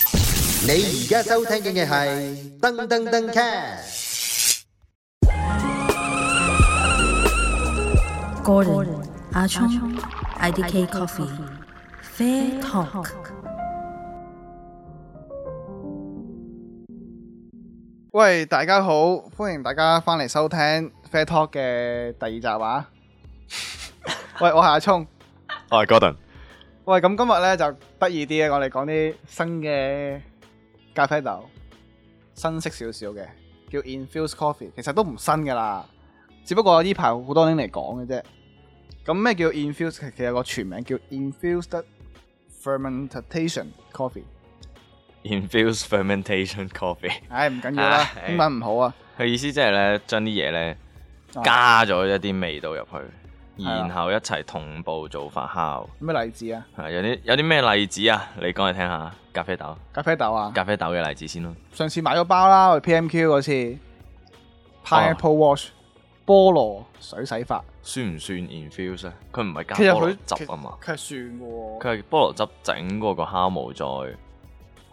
你而家收聽嘅係噔噔噔 cast。 Gordon 阿聰 IDK Coffee Fair Talk。喂，大家好，歡迎大家翻嚟收聽 Fair Talk 嘅第二集 啊！喂，我係阿聰。我係 Gordon，喂，咁今日咧就得意啲嘅，我哋講啲新嘅咖啡豆，新式少少嘅，叫 Infused Coffee，其實都唔新噶啦，只不過呢排好多人嚟講嘅啫。咁咩叫 Infused？其實個全名叫 Infused Fermentation Coffee。 infuse fermentation coffee，唉，唔緊要啦，唉英文唔好啊。佢意思即係咧將啲嘢咧啊加咗一啲味道入去，係啊然後一齊同步做發酵。有咩例子啊？係有啲有啲咩例子啊？你講嚟聽下，咖啡豆，咖啡豆啊？咖啡豆嘅例子先咯。上次買咗包啦，我哋 PMQ 嗰次 pineapple wash 菠蘿水洗法，算唔算 infuse 咧？佢唔係加其實菠佢蘿汁啊嘛，佢係算嘅喎，佢係菠蘿汁整過個酵母再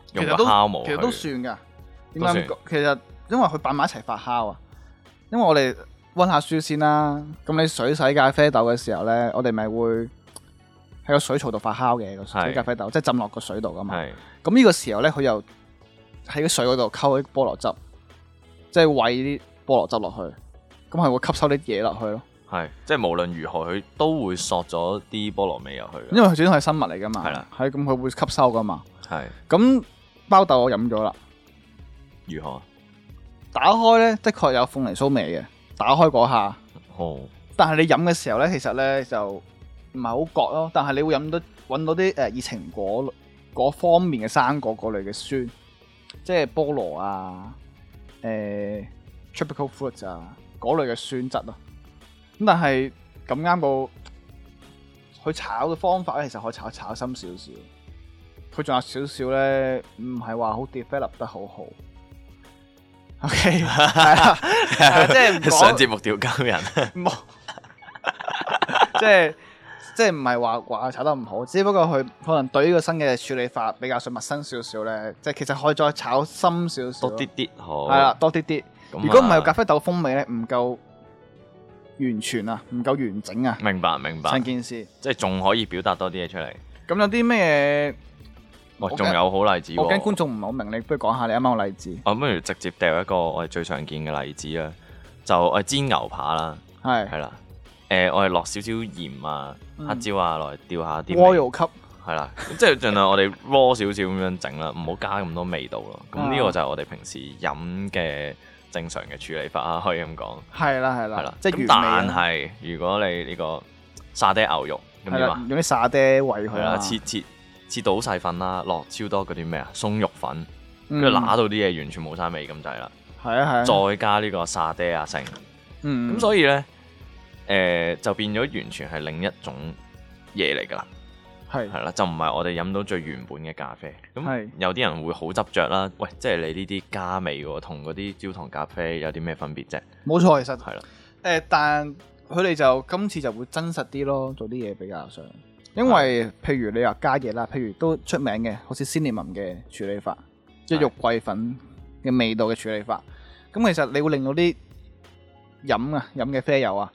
其用實個都酵母其去實都算㗎。點都解咁算講？其實因為佢擺埋一齊發酵啊，因為我哋温下書先啦。咁你水洗咖啡豆嘅時候咧，我哋咪會喺個水槽度發酵嘅個水係咖啡豆，即係浸落個水度㗎嘛。係咁呢個時候咧，佢又喺個水嗰度溝啲菠蘿汁，即係餵啲菠蘿汁落去，咁係會吸收啲嘢落去咯。係，即係無論如何佢都會索咗啲菠蘿味入去嘅。因為佢始終係生物嚟噶嘛，係啦係咁佢會吸收噶嘛。係咁包豆我飲咗啦，如何？打開咧的確有鳳梨酥味嘅，打開嗰下，哦，但係你飲嘅時候咧，其實咧就唔係好覺咯，但係你會飲到揾到啲誒熱情果嗰方面嘅生果嗰類嘅酸，即係菠蘿啊，誒、tropical fruits 啊嗰類嘅酸質咯。咁但係咁啱個佢炒嘅方法咧，其實可以炒炒深少少，佢仲有少少咧唔係話好 develop 得好好。OK，係啦， 啊係啦即係唔講上節目調 教人。冇，即係即係唔係話話炒得唔好，只不過佢可能對呢個新嘅處理法比較上陌生少少咧，即係其實可以再炒深少少，多啲啲好。係啦，，多啲啲。咁啊如果唔係咖啡豆風味咧，唔夠完全啊，唔夠完整啊，明白明白成，件事。即係仲可以表達多啲嘢出嚟。咁有啲咩？哇，我仲驚有好例子我驚觀喎。眾唔係好明，你不如講下你啱啱個例子。我不如直接掉一個我哋最常見嘅例子啦，就我煎牛扒啦，係係啦，誒我係落少少鹽啊、嗯黑椒啊落嚟調下啲味， royal 級係啦，即係盡量我哋 raw 少少咁樣整啦，唔好加咁多味道咯。咁啊呢個就係我哋平時飲嘅正常嘅處理法啊，可以咁講。係啦係係啦啦，，即咁係完但美啊。係如果你呢個沙爹牛肉咁係點啊啦？，用啲沙爹餵佢係啊啦，嘛，切切切到好細份啦，落超多嗰啲咩啊，鬆肉粉，跟跟住揦到啲嘢完全冇晒味咁滯啦，嗯啊係啊嗯係啊，再加呢個沙爹啊成，咁咁所以咧，誒就變咗完全係另一種嘢嚟㗎啦，係係啦，就唔係我哋飲到最原本嘅咖啡。係咁有啲人會好執着啦，喂，即係你呢啲加味喎，同嗰啲焦糖咖啡有啲咩分別啫？冇錯，其實係啦，誒、呃但佢哋就今次就會真實啲咯，做啲嘢比較上，因為譬如你話加嘢啦，譬如都出名嘅，好似 cinnamon 嘅處理法，即係係肉桂粉嘅味道嘅處理法。咁其實你會令到啲飲啊飲嘅啡友啊，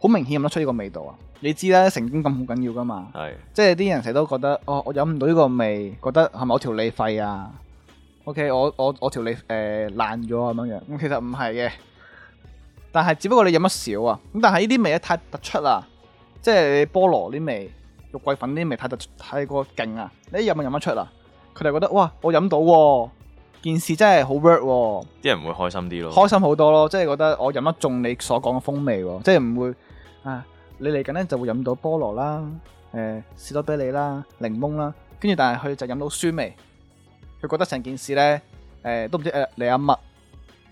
好明顯飲得出呢個味道啊！你知啦，成功咁好緊要噶嘛，係即係啲人成日都覺得，哦，我飲唔到呢個味，覺得係咪我條脷廢啊？OK，我我我條脷誒、呃、爛咗咁樣樣，咁其實唔係嘅，但係只不過你飲得少啊，咁但係呢啲味咧太突出啦，即係你菠蘿啲味、肉桂粉啲味太突出太過勁啊，你一飲就飲得出啦，佢哋覺得哇，我飲到喎、件事真係好 work 喎、啲人會開心啲咯。開心好多咯，即係覺得我飲得中你所講嘅風味喎，即係唔會啊，你嚟緊咧就會飲到菠蘿啦，誒、士多啤梨啦、檸檬啦，跟住但係佢就飲到酸味，佢覺得成件事咧誒、都唔知誒、你阿乜，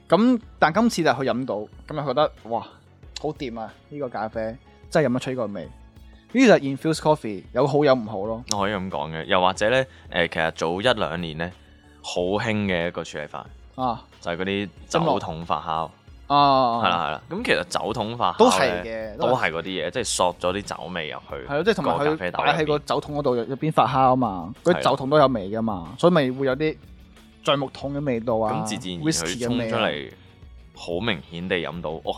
咁但今次就佢飲到，咁就覺得哇好掂啊！呢、個咖啡真係飲得出呢個味，呢個就 infused coffee 有好有唔好咯，我可以咁講嘅，又或者咧，誒、其實早一兩年咧，好興嘅一個處理法啊就係嗰啲蒸餾酒桶發酵，啊，係啦係啦。咁其實酒桶發酵都係咧，嘅，都係嗰啲嘢，即係索咗啲酒味入去。係咯，即係同埋個咖啡佢豆入擺喺邊個酒桶嗰度入入邊發酵啊嘛，嗰係啲啊酒桶都有味噶嘛，所以咪會有啲橡木桶嘅味道啊，咁自自然然 whisky 佢嘅衝味出啊嚟，好明顯地飲到，哦，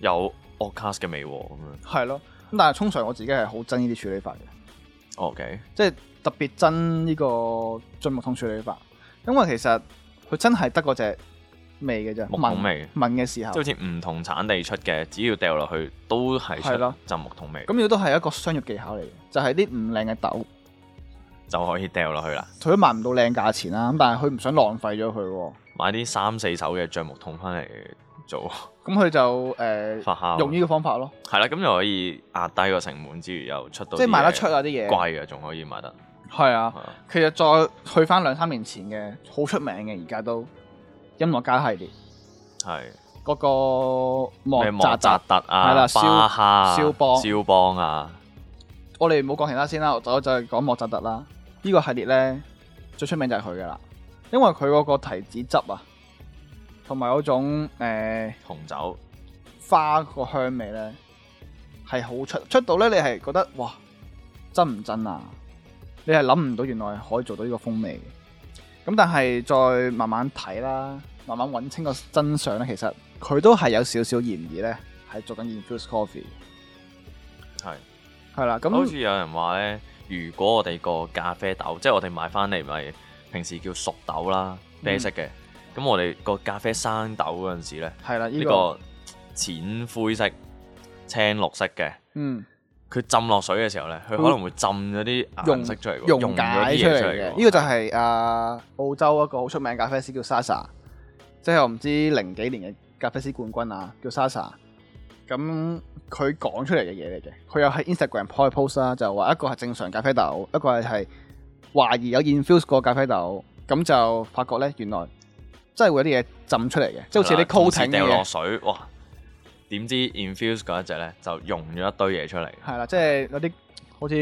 有 o c a s 嘅味喎咁樣。係咯。咁但係通常我自己係好憎呢啲處理法嘅。哦 OK，即係特別憎呢個橡木桶處理法，因為其實佢真係得嗰隻味嘅啫，木桶味聞聞嘅時候，即係好咁似唔同產地出嘅，只要掉落去都係係咯出浸木桶味，咁亦都係一個商業技巧嚟嘅，就係啲唔靚嘅豆，就可以掉落去啦。佢都賣唔到靚價錢啦，咁但係佢唔想浪費咗佢喎，買啲三四手嘅橡木桶翻嚟 做咁佢就誒、發酵，用呢個方法咯，係啦，咁又可以壓低個成本之餘，又出到即係啲賣得嘢出啊啲嘢，貴啊，仲可以賣得。係係啊，啊其實再去翻兩三年前嘅好出名嘅，而家都音樂家系列係嗰、個莫咩莫扎扎特，特係啦啊，巴哈啊肖肖邦肖邦啊，我哋唔好講其他先啦，我就就係講莫扎特啦。呢、個系列咧最出名就係佢噶啦，因為佢嗰個提子汁啊，同埋嗰種、呃、紅酒花個香味咧係好出出到咧，你係覺得哇真唔真啊？你係諗唔到原來可以做到呢個風味嘅。咁但係再慢慢睇啦，慢慢揾清個真相咧，其實佢都係有少少嫌疑咧，係做緊 infused coffee 係。係啦。咁好似有人話咧，如果我哋個咖啡豆，即係我哋買翻嚟，咪平時叫熟豆啦，啡色嗯嘅。咁、我哋個咖啡生豆嗰陣時咧，係啦，呢、呢、個個淺灰色、青綠色嘅，嗯。佢浸落水嘅時候咧，佢可能會浸咗啲顏啊色出嚟喎，溶溶咗啲解嘢出嚟嚟嘅。喎呢個就係、啊澳洲一個好出名嘅咖啡師叫 Sasa，即係我唔知零幾年嘅咖啡師冠軍啊，叫 Sasa。咁佢講出嚟嘅嘢嚟嘅，佢又喺 Instagram 開 post 啦，就話一個係正常咖啡豆，一個係係懷疑有 infuse 過咖啡豆，咁就發覺咧原來真係會有啲嘢浸出嚟嘅，即係好似啲啊同時 coating 嘅掉落嘢，水，哇！點知 infuse 嗰一隻咧就溶咗一堆嘢出嚟，係啦，即係有啲好似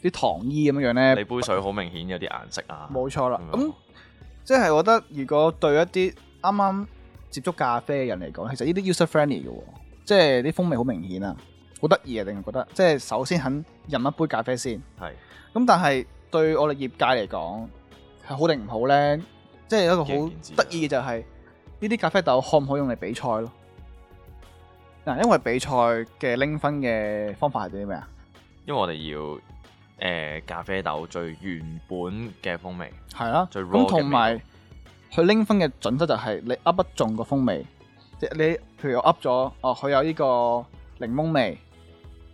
啲糖衣咁樣樣咧，你杯水好明顯有啲顏色啊，冇錯啦。咁樣咁即係我覺得，如果對一啲啱啱接觸咖啡嘅人嚟講，其實呢啲 user friendly 嘅喎，即係啲風味好明顯啊，好得意啊，令人覺得即係首先肯飲一杯咖啡先。係咁但係對我哋業界嚟講係好定唔好咧？即係有一個好見仁見智得意嘅就係呢啲咖啡豆可唔可以用嚟比賽咯？嗱，因為比賽嘅拎分嘅方法係啲咩啊？因為我哋要誒、呃咖啡豆最原本嘅風味，係啦，最 raw 咁同埋佢拎分嘅準則就係你噏不中個風味，即係你譬如我噏咗，哦佢有呢個檸檬味，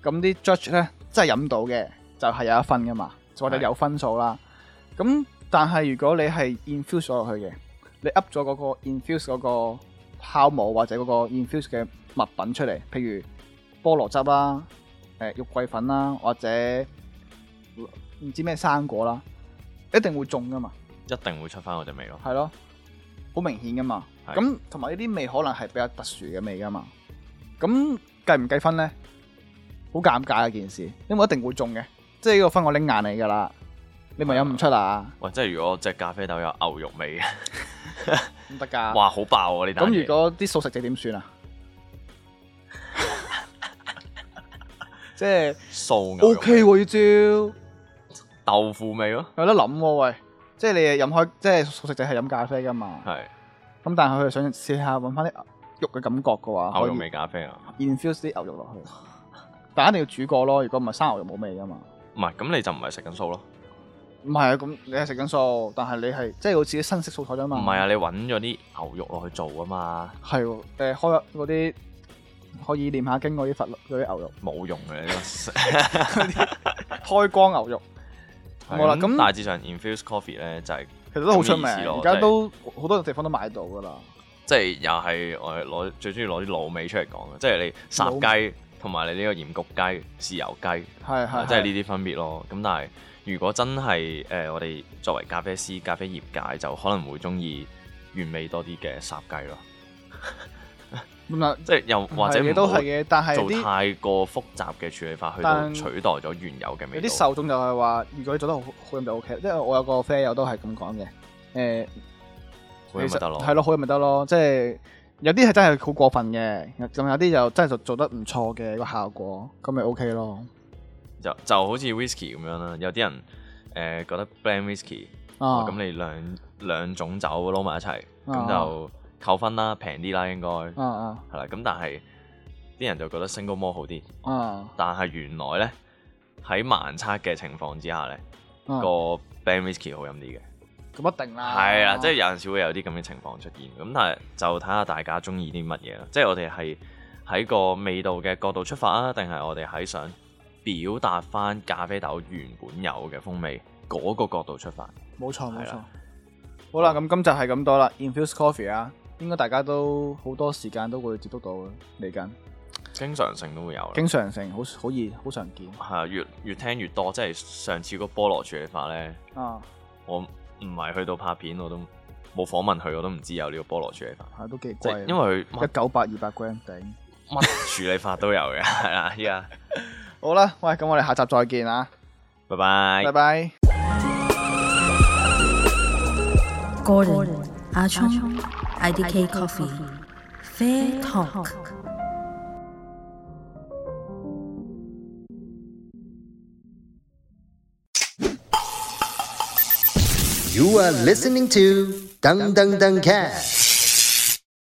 咁啲 judge 咧真係飲到嘅就係、有一分噶嘛，或者係有分數啦。咁但係如果你係 infuse 咗落去嘅，你噏咗嗰個 infuse 嗰個酵母或者嗰個 infuse 嘅物品出嚟，譬如菠蘿汁啦、誒、肉桂粉啦，或者唔知咩生果啦，一定會中噶嘛。一定會出翻我隻味咯。係咯，好明顯噶嘛。係咁同埋呢啲味可能係比較特殊嘅味噶嘛。咁計唔計分呢？好尷尬嘅件事，因為一定會中嘅，即係呢個分我拎硬你噶啦，你咪飲唔出啊，喂，即係如果隻咖啡豆有牛肉味嘅，唔得噶。 哇，好爆啊！呢單咁嘢如果啲素食者點算 啊？即係素牛 O 肉 K 味喎，呢豆腐味咯，招有得諗喎喂。即係你係飲開，即係素食者係飲咖啡噶嘛。係咁但係佢哋想試下揾翻啲肉嘅感覺嘅話，牛肉可以味咖啡啊， infuse 啲牛肉落去，但一定要煮過咯。如果唔係生牛肉冇味噶嘛。唔係咁你就唔係食緊素咯，唔係啊，咁你係食緊素，但係你係即係好似啲新式素菜啫唔嘛。係啊，你揾咗啲牛肉落去做啊嘛，係喎，誒開嗰啲可以念下經嗰啲佛嗰啲牛肉，冇用嘅呢個。開光牛肉係好啦咁大致上 infuse coffee 咧就係、呃其實都好出名，咁嘅意思咯而家都好多地方都買到噶啦。即係又係我攞最中意攞啲滷味出嚟講嘅，即係你烚雞同埋你呢個鹽焗雞、豉油雞，係係，即啊係呢啲分別咯。咁但係如果真係誒、呃我哋作為咖啡師、咖啡業界就可能會中意原味多啲嘅烚雞咯，啲。咁啊，即係又或者係嘅唔都好係嘅，但係做啲太過複雜嘅處理法，去到但取代咗原有嘅有味啲道。受眾就係話，如果你做得好好飲就 O K。即係我有個 friend 友都係咁講嘅，誒好飲咪得咯，係咯，好飲咪得咯，即係有啲係真係好過分嘅，咁有啲就真係做做得唔錯嘅個效果，咁咪 OK 咯。就就好似 whisky 咁樣啦，有啲人誒、呃、覺得 blend whisky 啊，咁你兩兩種酒撈埋一齊，啊咁就扣分啦，平啲啦應該係啊啊啦。咁但係啲人就覺得 single malt 好啲，啊但係原來咧喺盲測嘅情況之下咧，啊個 Blend Whisky 好飲啲嘅。咁一定啦，係啦，即係有陣時會有啲咁嘅情況出現，咁但係就睇下大家中意啲乜嘢啦。即係我哋係喺個味道嘅角度出發啊，定係我哋喺想表達翻咖啡豆原本有嘅風味嗰、個角度出發。冇錯冇係啊錯啦。好啦，咁今集係咁多啦。Infuse Coffee 啊，應該大家都好多時間都會接觸到嘅嚟緊，經常性都會有啦，經常性好好易好常見係啊越越聽越多。即係上次個菠蘿處理法呢，啊，我唔係去到拍片，我都冇訪問佢，我都唔知有呢個菠蘿處理法。係都幾即貴係啊，因為佢一乜九百二百 gram 頂。 乜處理法都有嘅，係啦，依家好啦，喂，咁我哋下集再見啊，拜拜拜。拜。 Gordon, Ah Chong, IDK Coffee, Fair Talk. You are listening to Dung Dung Dung Cat.